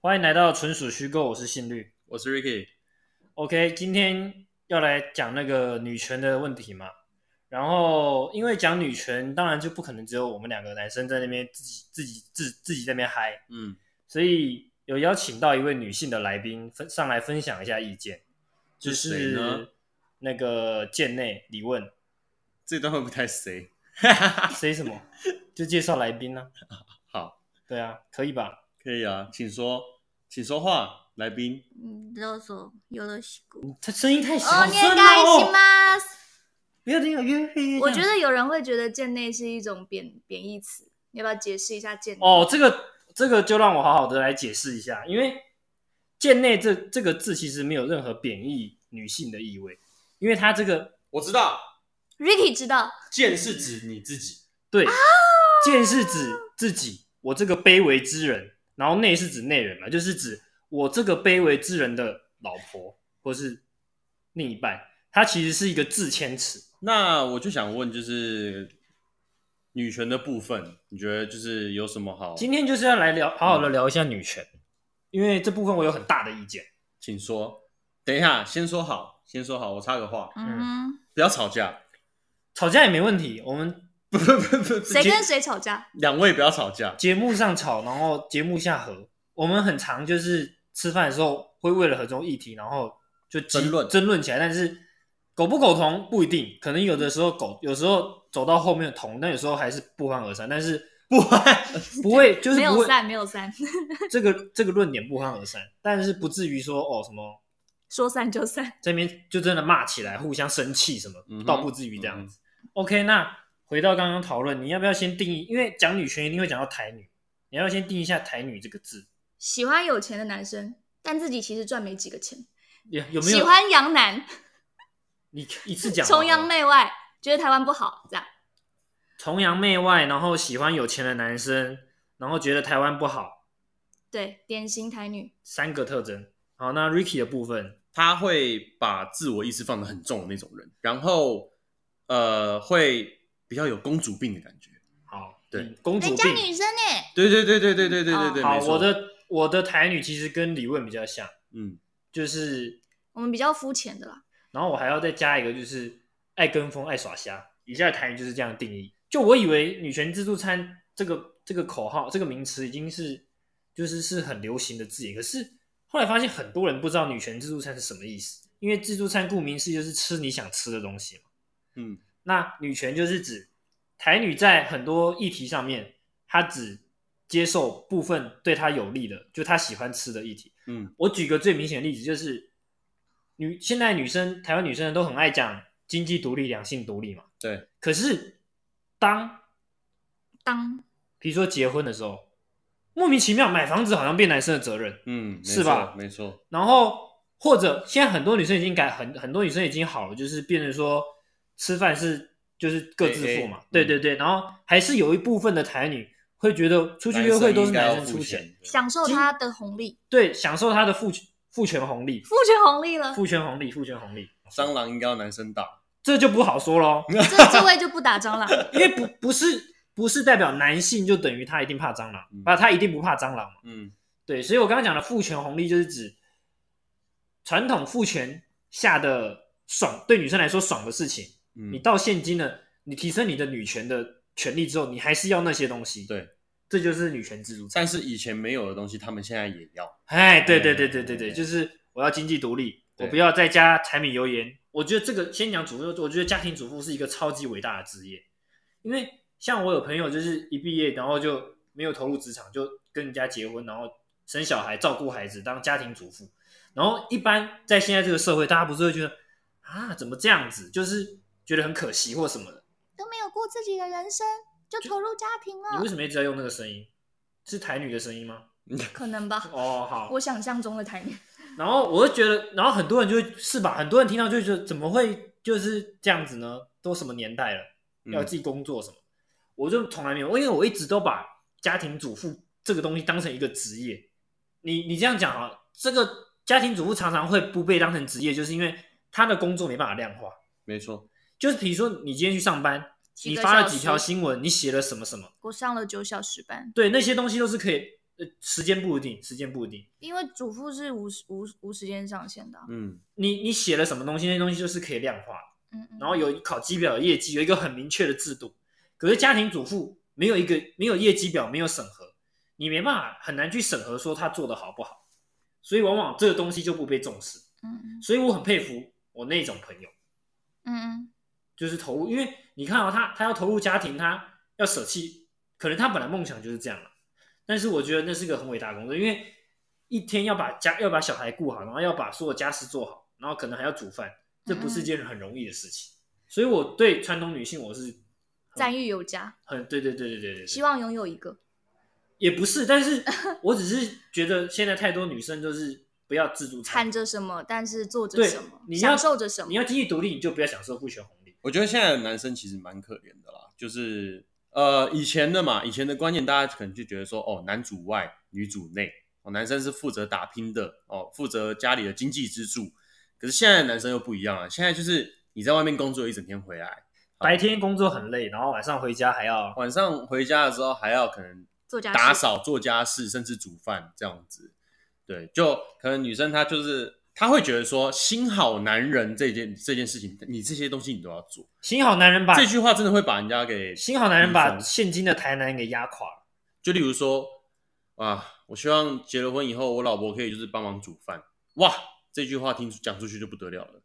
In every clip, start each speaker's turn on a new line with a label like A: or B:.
A: 欢迎来到纯属虚构，我是信律。
B: 我是 Ricky，
A: OK，今天要来讲那个女权的问题嘛。然后，因为讲女权，当然就不可能只有我们两个男生在那边自己自己自自己在那边嗨，
B: 嗯，
A: 所以有邀请到一位女性的来宾分上来分享一下意见，就是
B: 谁呢
A: 是那个贱内李 问，
B: 这段会不会太谁？
A: 谁什么就介绍来宾呢、
B: 好，
A: 对啊，可以吧？
B: 可以啊，请说，请说话，来宾。
C: 嗯，どうぞよろしく。
A: 他声音太小
C: お願い
A: 声
C: し
A: 了哦，
C: ます。
A: 不要这样，越越越
C: 我
A: 这
C: 觉
A: 样
C: 得有人会觉得“贱内”是一种贬贬义词，你要不要解释一下“贱内”？
A: 哦，，这个这个就让我好好的来解释一下，因为“贱内这”这个字其实没有任何贬义女性的意味，因为它这个
B: 我知道，
C: Ricky 知道，
B: 贱是指你自己，
A: 对“贱”是指自己，我这个卑微之人，然后“内”是指内人嘛，就是指我这个卑微之人的老婆或是另一半，它其实是一个自谦词。
B: 那我就想问，就是女权的部分，你觉得就是有什么好？
A: 今天就是要来聊，好好的聊一下女权，因为这部分我有很大的意见。
B: 请说。等一下，先说好，先说好，我插个话，
C: 嗯，
B: 不要吵架，
A: 吵架也没问题，我们
B: 不不不不，
C: 谁跟谁吵架？
B: 两位不要吵架。
A: 节目上吵，然后节目下和。我们很常就是吃饭的时候会为了很多议题，然后就激
B: 争论
A: 争论起来。但是苟不苟同不一定，可能有的时候苟，有时候走到后面同，但有时候还是不欢而散。但是不 欢不会就是
C: 没
A: 不
C: 有
A: 会
C: 散，没有散，
A: 这个这个论点不欢而散，但是不至于说哦什么
C: 说散就散。
A: 这边就真的骂起来，互相生气什么
B: 嗯，哼
A: 倒不至于这样子。OK，那回到刚刚讨论，你要不要先定义？因为讲女权一定会讲到台女，你要不要先定义一下台女这个字，
C: 喜欢有钱的男生，但自己其实赚没几个钱。
A: 有有没有？
C: 喜欢洋男，
A: 你一次讲
C: 崇洋
A: 媚，
C: 媚外，觉得台湾不好，这样。
A: 崇洋媚外，然后喜欢有钱的男生，然后觉得台湾不好，
C: 对，典型台女。
A: 三个特征。好，那 Ricky 的部分，
B: 他会把自我意识放得很重的那种人，然后呃，会比较有公主病的感觉。
A: 好，
B: 对
A: 嗯，公主
C: 人家女
A: 病。
C: 生呢？
B: 对对对对对对对对对，
A: 啊好，
B: 没错
A: 我的我的台女其实跟李问比较像，
B: 嗯，
A: 就是，
C: 我们比较肤浅的啦。
A: 然后我还要再加一个，就是爱跟风、爱耍瞎。以下的台女就是这样定义。就我以为女权自助餐这个这个口号、这个名词已经是就是是很流行的字眼，可是后来发现很多人不知道女权自助餐是什么意思，因为自助餐顾名思义就是吃你想吃的东西嘛。
B: 嗯，
A: 那女权就是指台女在很多议题上面，她只接受部分对她有利的，就她喜欢吃的议题。
B: 嗯，
A: 我举个最明显的例子，就是女现在女生台湾女生都很爱讲经济独立、两性独立嘛。
B: 对。
A: 可是当嗯
C: 当
A: 比如说结婚的时候，莫名其妙买房子好像变男生的责任，
B: 嗯，没
A: 是吧
B: 错没错，
A: 然后或者现在很多女生已经改很很多女生已经好了，就是变成说吃饭是就是各自付嘛
B: AA，
A: 对对对，然后还是有一部分的台女会觉得出去约会都是男生
B: 应该要
A: 出
B: 付
A: 钱，
B: 钱，
C: 享受他的红利，
A: 对，享受她的父父权红利，
C: 父权红利了。
A: 父权红利，父权红利，
B: 蟑螂应该要男生打。
A: 这就不好说 喽，
C: 这这位就不打蟑螂，
A: 因为不不是不是代表男性就等于他一定怕蟑螂
B: 嗯，
A: 啊，他一定不怕蟑螂嘛，
B: 嗯
A: 对，所以我刚刚讲的父权红利就是指传统父权下的爽，对女生来说爽的事情。
B: 嗯，
A: 你到现今呢，你提升你的女权的权利之后，你还是要那些东西。
B: 对，
A: 这就是女权自助餐。
B: 但是以前没有的东西，他们现在也要。
A: 哎，对对对对对对，
B: 对
A: 就是我要经济独立，我
B: 对
A: 不要再加柴米油盐。我觉得这个先讲主妇，我觉得家庭主妇是一个超级伟大的职业，因为像我有朋友就是一毕业，然后就没有投入职场，就跟人家结婚，然后生小孩、照顾孩子，当家庭主妇。然后一般在现在这个社会，大家不是会觉得啊，怎么这样子？就是觉得很可惜或什么的。
C: 都没有过自己的人生，就投入家庭
A: 你为
C: 了，
A: 什么一直在用那个声音？是台女的声音吗？
C: 可能吧？
A: 哦，好
C: 我。想象中的台女，
A: 然后我就觉得，然后很多人就会是吧，很多人听到就会觉得怎么会就是这样子呢？都什么年代了，
B: 嗯
A: 要自己工作什么？我就从来没有，因为我一直都把家庭主妇这个东西当成一个职业。你你这样讲啊，这个家庭主妇常常会不被当成职业，就是因为她的工作没办法量化。
B: 没错，
A: 就是比如说你今天去上班，
C: 几
A: 你
C: 个
A: 发了
C: 小
A: 几
C: 时
A: 条新闻，你写了什么什么，
C: 我上了九小时班，
A: 对，那些东西都是可以呃，时间不一定，时间不一定。
C: 因为主妇是无时无无时间上限的啊、
B: 嗯，
A: 你你写了什么东西，那些东西就是可以量化的。
C: 嗯嗯。
A: 然后有考绩表、有业绩，有一个很明确的制度。可是家庭主妇没有一个没有业绩表，没有审核，你没办法很难去审核说他做的好不好，所以往往这个东西就不被重视。
C: 嗯嗯
A: 所以我很佩服我那种朋友，
C: 嗯
A: 就是投入，因为你看啊、他他要投入家庭，他要舍弃，可能他本来梦想就是这样了。但是我觉得那是一个很伟大的工作，因为一天要把家要把小孩顾好，然后要把所有家事做好，然后可能还要煮饭，这不是一件很容易的事情。所以我对传统女性我是
C: 嗯，赞誉有加，
A: 很对对对对对对
C: 希
A: 对，
C: 望拥有一个。
A: 也不是，但是我只是觉得现在太多女生就是不要自助餐
C: 看，着什么，但是做着
A: 对
C: 什么，
A: 你要
C: 享受着什么
A: 你。要经济独立，你就不要享受父权红利。
B: 我觉得现在的男生其实蛮可怜的啦，就是呃以前的嘛，以前的观念大家可能就觉得说，哦，男主外，女主内，哦，男生是负责打拼的，哦，负责家里的经济支柱。可是现在的男生又不一样了，现在就是你在外面工作一整天回来，
A: 白天工作很累，然后晚上回家还要
B: 晚上回家的时候还要可能
C: 做家事
B: 打扫、做家事，甚至煮饭这样子。对，就可能女生她就是她会觉得说，心好男人这件这件事情，你这些东西你都要做。
A: 幸好男人把
B: 这句话真的会把人家给，
A: 幸好男人
B: 预
A: 把
B: 防
A: 现今的台南给压垮了。
B: 就例如说啊，我希望结了婚以后，我老婆可以就是帮忙煮饭。哇，这句话听出讲出去就不得了了，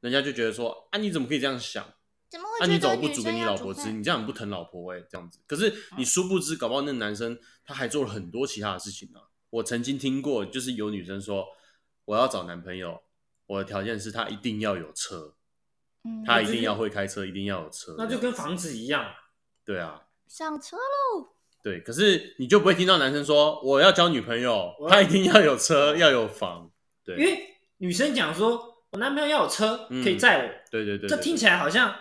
B: 人家就觉得说啊，你怎么可以这样想？
C: 怎么
B: 那、
C: 会
B: 啊你
C: 觉
B: 怎么
C: 得
B: 不
C: 女
B: 煮给
C: 生
B: 你
C: 要
B: 老
C: 煮
B: 婆吃？
C: 饭？
B: 你这样很不疼老婆哎、这样子。可是
A: 哦
B: 你殊不知，搞不好那个男生他还做了很多其他的事情呢、我曾经听过，就是有女生说，我要找男朋友，我的条件是他一定要有车，
C: 嗯
B: 他一
A: 就是
B: 定要会开车，一定要有车。
A: 那就跟房子一样，
B: 对啊，
C: 上车了，
B: 对。可是你就不会听到男生说，我要交女朋友，
A: 我要
B: 他一定要有车，要有房。对，
A: 因为女生讲说，我男朋友要有车
B: 嗯
A: 可以载我，
B: 对对对
A: 这听起来好像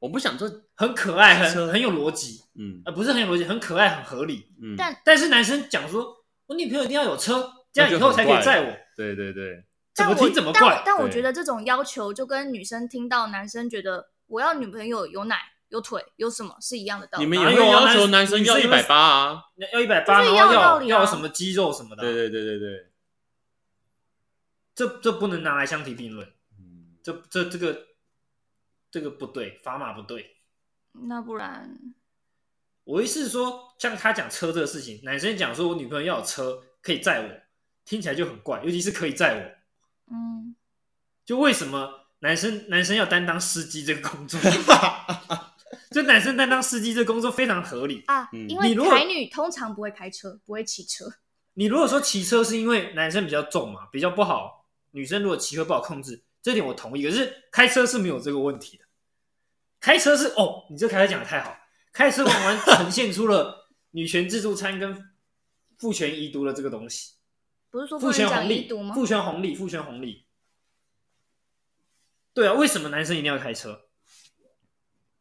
B: 我不想做，
A: 很可爱，很
B: 车
A: 很有逻辑，
B: 嗯
A: 呃，不是很有逻辑，很可爱，很合理。
B: 嗯，
C: 但
A: 但是男生讲说，我女朋友一定要有车，这样
B: 那
A: 以
B: 就很
A: 后才可以载
B: 怪
A: 我，
B: 对对对，
A: 怎
C: 但
A: 么
C: 我
A: 听怎么
C: 但我
A: 怪。
C: 但我
B: 对
C: 觉得这种要求就跟女生听到男生觉得我要女朋友有奶、有腿、有什么是一样的道理。
B: 你们也
A: 哪
B: 会
A: 有啊
B: 要
A: 男
B: 求
A: 生
B: 男生要
A: 女
B: 一
A: 生会
B: 百八啊。
A: 要一百八，然
C: 这是
A: 后
C: 一样的道
A: 要
C: 理啊
A: 要有什么肌肉什么的啊，
B: 对对对对对，
A: 这这不能拿来相提并论，
B: 嗯，
A: 这这这个这个不对，砝码不对。
C: 那不然，
A: 我意思是说，像他讲车这个事情，男生讲说我女朋友要有车可以载我，听起来就很怪，尤其是可以载我，
C: 嗯，
A: 就为什么男生男生要担当司机这个工作？ 就男生担当司机这个工作非常合理。
C: 啊，
B: 嗯
C: 因
A: 你
C: 为
A: 如果
C: 台女通常不会开车，不会骑车。
A: 你如果说骑车是因为男生比较重嘛，比较不好，女生如果骑会不好控制，这点我同意。可是开车是没有这个问题的，开车是哦，你这开车讲的太好，开车往往呈现出了女权自助餐跟父权遗毒的这个东西，
C: 不是说
A: 父
C: 不能
A: 权
C: 讲
A: 红
C: 遗
A: 利
C: 毒吗，？
A: 父权红利，父权红利。对啊，为什么男生一定要开车？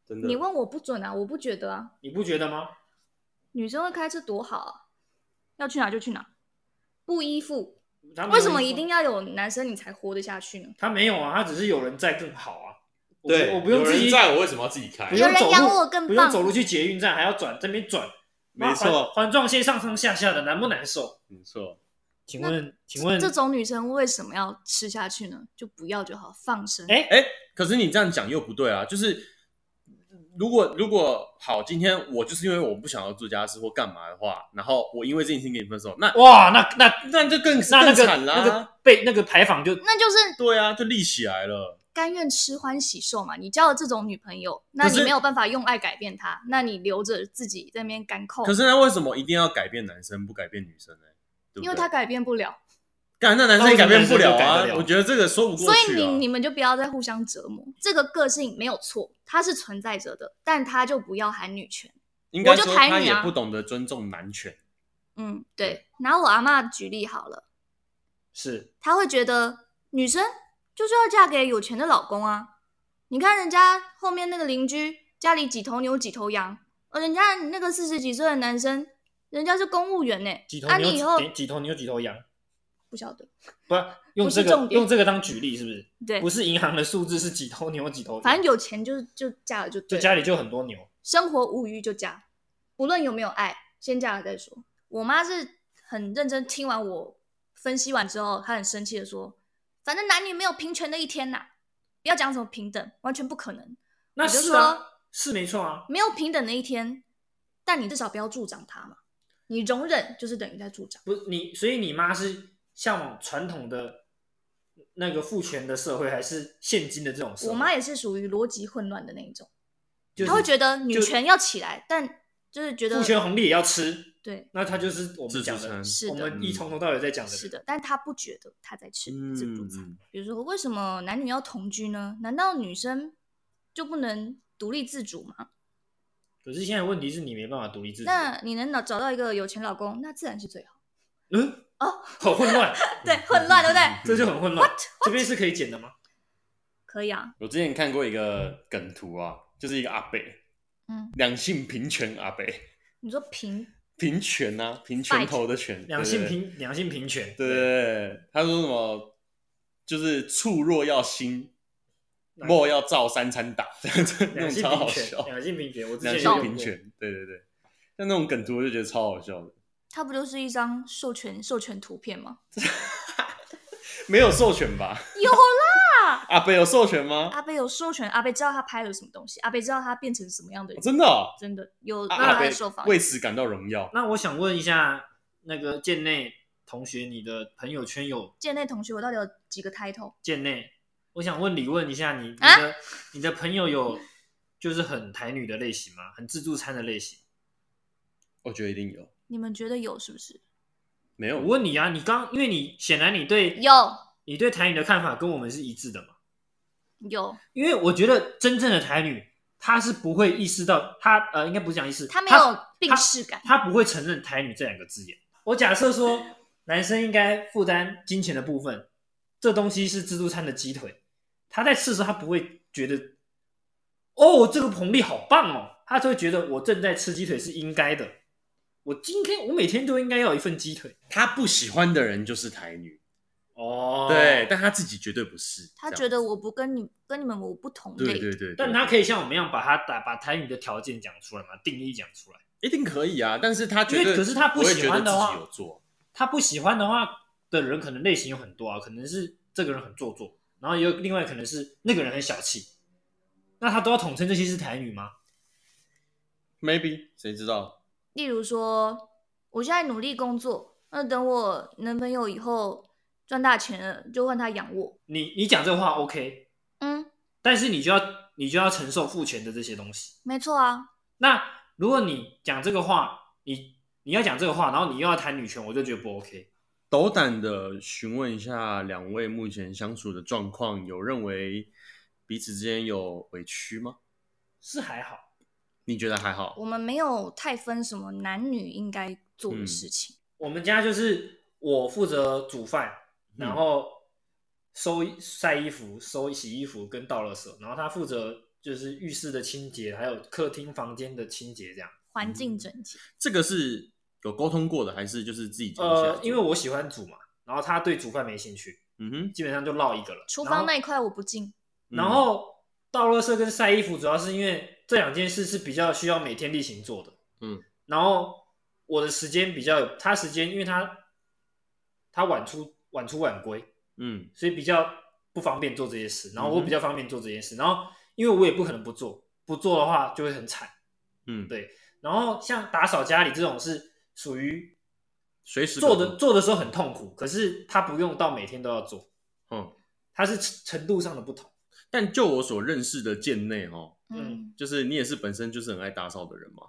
B: 真的
C: 你问我不准啊，我不觉得啊，
A: 你不觉得吗？
C: 女生会开车多好啊，要去哪就去哪，不依附。
A: 他没有
C: 为什么
A: 意思
C: 一定要有男生你才活得下去呢？
A: 他没有啊？他只是有人在更好啊。我
B: 对，
A: 我不用自己
B: 有人在我为什么要自己开
A: 不？
C: 有
A: 用
C: 人
A: 走
C: 养
A: 路
C: 我，更
A: 不用
C: 棒
A: 走路去捷运站，还要转这边转，
B: 没错，
A: 环环状线上上下下的，难不难受？
B: 没错，
A: 请问，请问
C: 这，种女生为什么要吃下去呢？就不要就好，放生。
A: 哎
B: 可是你这样讲又不对啊，就是如果如果好，今天我就是因为我不想要做家事或干嘛的话，然后我因为这件事情跟你分手，那
A: 哇，那那
B: 那就更
A: 那那
B: 更
A: 个
B: 惨啦、
A: 那个被那个牌坊就
C: 那就是
B: 对啊，就立起来了。
C: 甘愿吃欢喜受嘛。你交了这种女朋友，那
B: 可
C: 你
B: 是
C: 没有办法用爱改变她，那你留着自己在那边干
A: 哦
C: 扣
B: 可，是那为什么一定要改变男生不改变女生呢？对不对
C: 因为她改变不了，
B: 干那男生也改变不了
A: 那为什么男
B: 啊
A: 生就改得，了
B: 我觉得这个说不过
C: 所以
B: 去
C: 你你
B: 啊。
C: 们就不要再互相折磨。这个个性没有错，它是存在着的，但它就不要喊女权。
B: 应该
C: 我就
B: 说
C: 台
B: 他
C: 女
B: 也
C: 啊
B: 不懂得尊重男权，
C: 嗯，对。拿我阿嬷举例好了，
A: 是
C: 她会觉得女生就是要嫁给有钱的老公啊。你看人家后面那个邻居家里几头牛几头羊，呃，人家那个四十几岁的男生，人家是公务员呢、
A: 几头
C: 啊，
A: 牛
C: 你以后
A: 几几头牛几头羊，
C: 不晓得，
A: 不用这
C: 不是
A: 个
C: 重点
A: 用这个当举例是不是？
C: 对，
A: 不是银行的数字是几头牛几头羊，
C: 反正有钱就就嫁了就
A: 就
C: 对了，
A: 家里就很多牛，
C: 生活无余就嫁，无论有没有爱，先嫁了再说。我妈是很认真听完我分析完之后，他很生气的说：“反正男女没有平权的一天呐、不要讲什么平等，完全不可能，
A: 那
C: 我就是说
A: 啊，是没错啊。
C: 没有平等的一天。但你至少不要助长它嘛，你容忍就是等于在助长。
A: 不，你所以你妈是向往传统的那个父权的社会，还是现今的这种社会？
C: 我妈也是属于逻辑混乱的那一种，
A: 就是
C: 她会觉得女
A: 就
C: 权要起来，但就是觉得
A: 父权红利也要吃，
C: 对
A: 那她就是我
B: 自
A: 们
B: 助
A: 讲
B: 餐
A: 的，
C: 是
A: 我
C: 的
B: 嗯
A: 们一从头到尾在讲的，
C: 是的，但她不觉得她在吃自助餐。
B: 嗯，
C: 比如说，为什么男女要同居呢？难道女生就不能独立自主吗？
A: 可是现在问题是你没办法独立自主，
C: 那你能找找到一个有钱老公，那自然是最好。
A: 嗯，
C: 哦，
A: 好混 乱，
C: 对，混乱，对不对？
A: 这就很混乱。这边是可以剪的吗？
C: 可以啊，
B: 我之前看过一个梗图啊，就是一个阿北，
C: 嗯，
B: 两性平权阿北，
C: 你说平
B: 平权啊，平拳头的拳，
A: 两性
B: 对对对
A: 平两性平权，
B: 对对对，对他说什么？就是醋若要新，
A: 哪
B: 莫要照三餐打， 这样子
A: 两
B: 那种
A: 性
B: 超好
A: 平权，
B: 笑。
A: 两性平权，我之前
B: 两
A: 也
B: 性
A: 用
B: 平
A: 过，
B: 权，对对对，像那种梗图我就觉得超好笑的，
C: 它不就是一张授权授权图片吗？
B: 没有授权吧？
C: 有啦，
B: 阿北有授权吗？
C: 阿贝有授权，阿贝知道他拍了什么东西，阿贝知道他变成什么样的人，
B: 真的哦，
C: 真的有
B: 啊
C: 让
B: 阿
C: 他
B: 北
C: 的受访。
B: 为此感到荣耀。
A: 那我想问一下，那个建内同学，你的朋友圈有
C: 界内同学，我到底有几个 title？
A: 建内？我想问李问一下你，你的、
C: 啊
A: 你的朋友有就是很台女的类型吗？很自助餐的类型？
B: 我觉得一定有，
C: 你们觉得有是不是？
B: 没有
A: 我问你啊，你刚因为你显然你对
C: 有
A: 你对台女的看法跟我们是一致的嘛？
C: 有，
A: 因为我觉得真正的台女，她是不会意识到她呃，应该不是讲意识，
C: 他没有病
A: 她
C: 视感。
A: 他不会承认“台女”这两个字眼。我假设说，男生应该负担金钱的部分，这东西是自助餐的鸡腿。他在吃的时候，他不会觉得，哦，这个红利好棒哦，他就会觉得我正在吃鸡腿是应该的。我今天我每天都应该要有一份鸡腿
B: 他不喜欢的人就是台女，
A: 哦
B: 对，，但他自己绝对不是。
C: 他
B: 这样
C: 觉得我不跟你跟你们我不同
B: 对
C: 类，
B: 对对，
A: 但
B: 对
A: 他可以像我们一样把他打把台女的条件讲出来嘛，定义讲出来。
B: 一定可以啊，但是他
A: 因
B: 绝
A: 为
B: 对
A: 可是他
B: 不
A: 不
B: 会
A: 喜
B: 觉得
A: 欢的
B: 自己
A: 话
B: 有，做，
A: 他不喜欢的话的人，可能类型有很多啊，可能是这个人很做作，然后也有另外可能是那个人很小气，那他都要统称这些是台女吗？
B: maybe 谁知道？
C: 例如说，我现在努力工作，那等我男朋友以后赚大钱了，就换他养我。
A: 你你讲这话 OK，
C: 嗯，
A: 但是你就要你就要承受父权的这些东西。
C: 没错啊，
A: 那如果你讲这个话，你你要讲这个话，然后你又要谈女权，我就觉得不 OK。
B: 斗胆的询问一下两位目前相处的状况，有认为彼此之间有委屈吗？
A: 是还好，
B: 你觉得还好？
C: 我们没有太分什么男女应该做
A: 嗯
C: 的事情。
A: 我们家就是我负责煮饭，然后收衣晒衣服、收洗衣服跟倒垃圾，然后他负责就是浴室的清洁，还有客厅房间的清洁这样。
C: 环
A: 嗯
C: 境整洁，
B: 这个是有沟通过的，还是就是自己讲起来
A: 呃，
B: 做
A: 因为我喜欢煮嘛，然后他对煮饭没兴趣，
B: 嗯哼，
A: 基本上就落一个了。
C: 厨
A: 然后
C: 房那一块我不进。
B: 嗯
A: 然后倒垃圾跟晒衣服，主要是因为这两件事是比较需要每天例行做的。
B: 嗯，
A: 然后我的时间比较有，他时间因为他他晚出晚出晚归，
B: 嗯
A: 所以比较不方便做这些事。然后
B: 嗯
A: 我
B: 哼
A: 比较方便做这件事，然后因为我也不可能不做，不做的话就会很惨。
B: 嗯，
A: 对然后像打扫家里这种是属于
B: 随时
A: 做
B: 沟
A: 的
B: 通
A: 做的时候很痛苦，可是他不用到每天都要做，
B: 嗯，
A: 它是程程度上的不同。
B: 但就我所认识的贱内哦，
A: 嗯
C: 嗯，
B: 就是你也是本身就是很爱打扫的人嘛，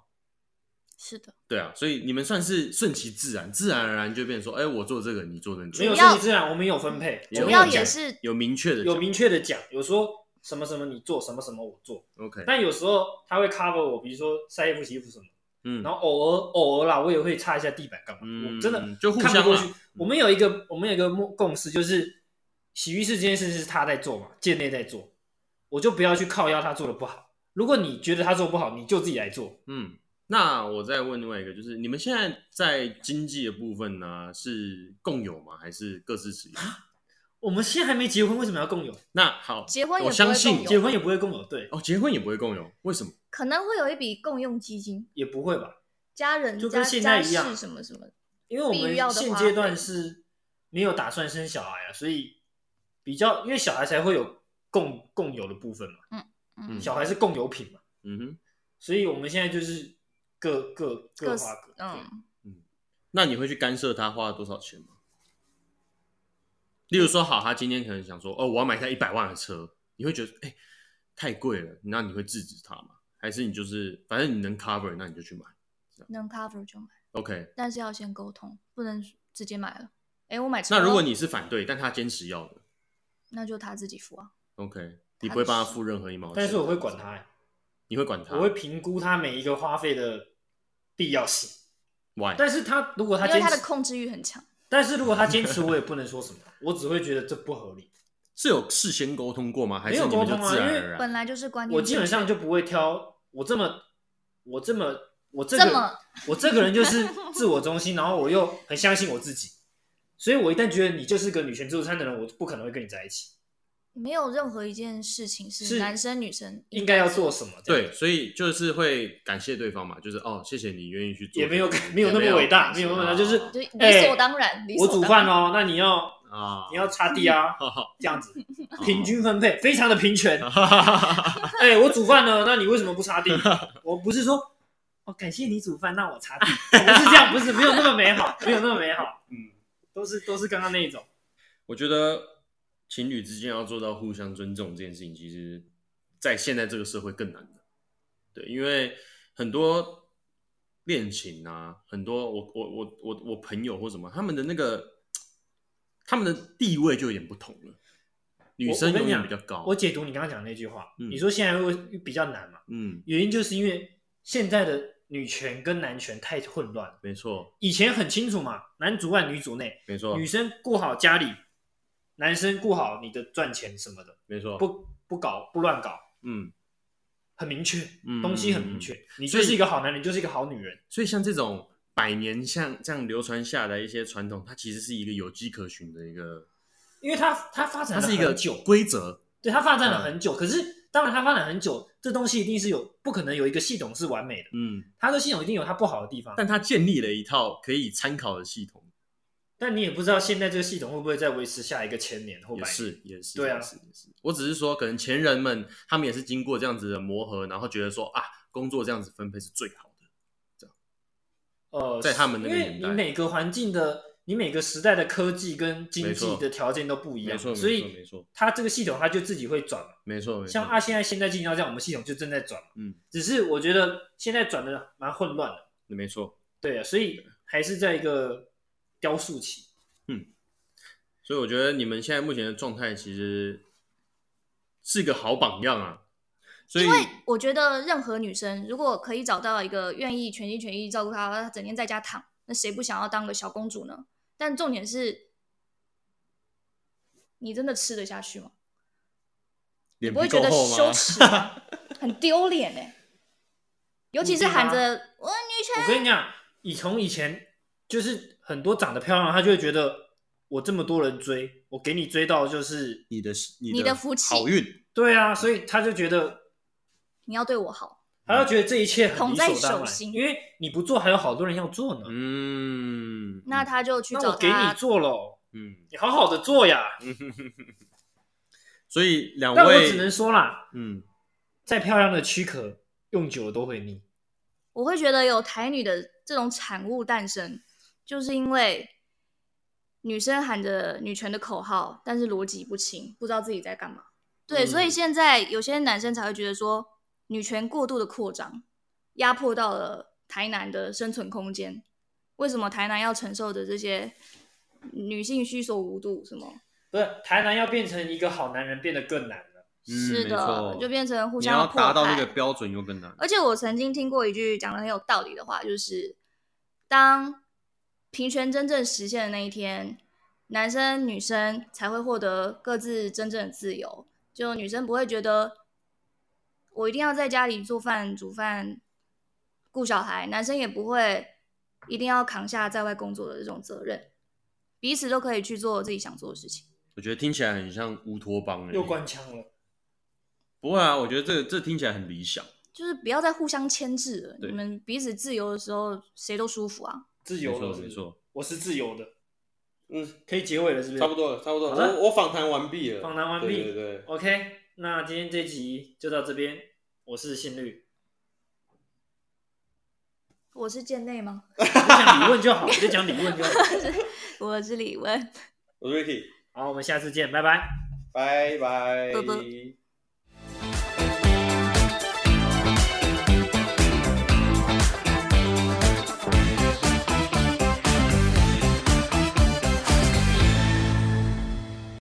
C: 是的，
B: 对啊，所以你们算是顺其自然，自然而然就变成说，哎、我做这个，你做那个，
A: 没有
C: 主要
A: 顺其自啊然，我们有分配，
B: 有
C: 主要
B: 讲
C: 也是
B: 有明确的
A: 有
B: 嗯讲
A: 明确的讲，有说什么什么你做，什么什么我做。
B: OK，
A: 但有时候他会 cover 我，比如说晒衣服、洗衣服什么，
B: 嗯，
A: 然
B: 后
A: 后偶尔偶尔啦，我也会擦一下地板干嘛。
B: 嗯
A: 我真的
B: 就互相啦
A: 看不过去。啊我们有一个我们有一个默共识，就是洗浴室这件事是他在做嘛，建内在做，我就不要去靠腰他做的不好。如果你觉得他做不好，你就自己来做。
B: 嗯，那我再问另外一个，就是你们现在在经济的部分呢，是共有吗？还是各自使用？
A: 啊我们现在还没结婚，为什么要共有？
B: 那好，
C: 结婚也
B: 我
C: 不
B: 相
C: 会
B: 信
C: 共有
A: 结婚也不会共有，对，
B: 哦，结婚也不会共有，为什么？
C: 可能会有一笔共用基金，
A: 也不会吧？
C: 家人
A: 就跟
C: 家
A: 现在
C: 家
A: 一样
C: 事什么什么的。
A: 因为我
C: 必要
A: 们
C: 的
A: 现
C: 花
A: 阶段
C: 费
A: 是没有打算生小孩啊，所以比较因为小孩才会有共共有的部分嘛，
C: 嗯
A: 小孩是共有品嘛，
B: 嗯哼，
A: 所以我们现在就是各各各
C: 各
A: 花各，对
C: 嗯，
B: 那你会去干涉他花了多少钱吗？例如说，好，他今天可能想说，哦，我要买一台一百万的车，你会觉得，哎、太贵了，那你会制止他吗？还是你就是，反正你能 cover，那你就去买
C: 能 cover 就买，
B: ，OK？
C: 但是要先沟通，不能直接买了。哎，我买车
B: 那
C: 咯，
B: 如果你是反对，但他坚持要的
C: 那就他自己付啊。
B: ，OK？你不会帮他付任何一毛钱，
A: 但是我会管他、欸，
B: 你会管他，
A: 我会评估他每一个花费的必要性。
B: why？
A: 但是他如果他
C: 因为
A: 坚
C: 他的
A: 持，
C: 控制欲很强，
A: 但是如果他坚持，我也不能说什么， 我只会觉得这不合理。
B: 是有事先沟通过吗？还是
A: 没有
B: 你们
A: 沟
B: 就
A: 通啊
B: 自然而然？
C: 本来就是观念
A: 我
C: 正确。
A: 基本上就不会挑我这么我这么我这
C: 这
A: 个
C: 么
A: 我这个人就是自我中心，然后我又很相信我自己，所以我一旦觉得你就是个女权自助餐的人，我不可能会跟你在一起。
C: 没有任何一件事情
A: 是
C: 是男生女生
A: 应该要做什么？这样
B: 对，，所以就是会感谢对方嘛，就是哦，谢谢你愿意去做这
A: 也
B: 个，
A: 没有没有那么伟大，没有那么伟大，就是
C: 就
A: 哎
C: 理所当然。理
A: 我
C: 所
A: 煮
C: 当
A: 饭
C: 然
A: 哦，那你要
B: 啊，
A: 你要擦地 啊，这样子平均分配，非常的平权。
B: 啊，
A: 哎、我煮饭呢，那你为什么不擦地？我不是说，哦，感谢你煮饭，那我擦地， 不是这样，不是没有那么美好，没有那么美好，嗯，都是都是刚刚那一种，
B: 我觉得情侣之间要做到互相尊重这件事情，其实在现在这个社会更难的。对，因为很多恋情啊，很多我我我我我朋友或什么，他们的那个他们的地位就有点不同了。女生
A: 我跟
B: 永
A: 你
B: 远
A: 讲
B: 比较高，
A: 我解读你刚刚讲的那句话，
B: 嗯
A: 你说现在会比较难嘛？
B: 嗯，
A: 原因就是因为现在的女权跟男权太混乱了，
B: 没错
A: 以前很清楚嘛，男主外女主内，
B: 没错
A: 女生顾好家里，男生顾好你的赚钱什么的，
B: 没错，
A: 不不搞不乱搞，
B: 嗯，
A: 很明确
B: 嗯，
A: 东西很明确，你就是一个好男人，你就是一个好女人。
B: 所以像这种百年像这样流传下来一些传统，它其实是一个有迹可循的一个，
A: 因为它它发展
B: 它
A: 了
B: 是一个
A: 很久，
B: 规嗯则。
A: 对它发展了很久。可是当然它发展很久，这东西一定是有不可能有一个系统是完美的，
B: 嗯，
A: 它的系统一定有它不好的地方。但
B: 但它建立了一套可以参考的系统，
A: 但你也不知道现在这个系统会不会再维持下一个千年或
B: 也
A: 百年。
B: 是也是
A: 对啊
B: 也是也是。我只是说，可能前人们他们也是经过这样子的磨合，然后觉得说啊，工作这样子分配是最好的。
A: 呃，
B: 在他们那个
A: 因为
B: 年
A: 你
B: 代
A: 每个环境的、你每个时代的科技跟经
B: 没错
A: 济的条件都不一样，
B: 没错没错
A: 所以
B: 没错
A: 它这个系统它就自己会转嘛。
B: 没错，没错
A: 像啊，现在现在进行到这样，我们系统就正在转嘛。
B: 嗯，
A: 只是我觉得现在转的蛮混乱的。
B: 没错。
A: 对啊，所以还是在一个雕塑期。
B: 所以我觉得你们现在目前的状态其实是一个好榜样啊。所以
C: 因为我觉得任何女生如果可以找到一个愿意全心全意照顾她，她整天在家躺，那谁不想要当个小公主呢？但重点是，你真的吃得下去吗？你
B: 脸
C: 不会
B: 皮
C: 觉
B: 够
C: 得
B: 厚吗？
C: 羞耻吗？ 很丢脸哎，尤其是喊着我女权，
A: 我跟你讲，以从以前就是很多长得漂亮，她就会觉得我这么多人追，我给你追到就是
B: 你的你
C: 你的福气
B: 好运，
A: 对啊，所以她就觉得
C: 你要对我好，
A: 她就觉得这一切很
C: 捧
A: 理
C: 在
A: 所当
C: 手
A: 然，
C: 心
A: 因为你不做还有好多人要做呢。
B: 嗯，
C: 那她就去
A: 那
C: 找
A: 我给你
C: 她。
A: 做喽，
B: 嗯，
A: 你好好的做呀。
B: 所以两
A: 但我
B: 位
A: 只能说啦，
B: 嗯，
A: 再漂亮的躯壳用久了都会腻。
C: 我会觉得有台女的这种产物诞生，就是因为女生喊着女权的口号，但是逻辑不清，不知道自己在干嘛。对，
B: 嗯
C: 所以现在有些男生才会觉得说，女权过度的扩张，压迫到了台南的生存空间。为什么台南要承受的这些女性需求无度什么？
A: 不是，台南要变成一个好男人变得更难了。
B: 嗯
C: 是
B: 没
C: 的
B: 错，
C: 就变成互
B: 你
C: 相
B: 要
C: 迫
B: 达到那
C: 害
B: 个标准又更难。
C: 而且我曾经听过一句讲的很有道理的话，就是当平权真正实现的那一天，男生女生才会获得各自真正的自由。就女生不会觉得我一定要在家里做饭、煮饭、顾小孩，男生也不会一定要扛下在外工作的这种责任，彼此都可以去做自己想做的事情。
B: 我觉得听起来很像乌托邦欸
A: 又关枪了，
B: 不会啊，我觉得这这听起来很理想。
C: 就是不要再互相牵制了，
B: 对
C: 你们彼此自由的时候，谁都舒服啊。
A: 自
B: 没
A: 由
B: 错
A: 了是
B: 没
A: 不是，
B: 错，
A: 我是自由的。
B: 嗯，
A: 可以结尾了，是不是？
B: 差不多了，差不多
A: 好了
B: 了。我我访谈完毕了，
A: 访谈完毕
B: 对对对，
A: OK，那今天这集就到这边。我是信律，
C: 我是贱内吗？
A: 就讲理论就好，就讲理论就好。
C: 我是李文。
B: 我是 Ricky，
A: 好，我们下次见，拜拜。
B: 拜拜
C: 啵啵。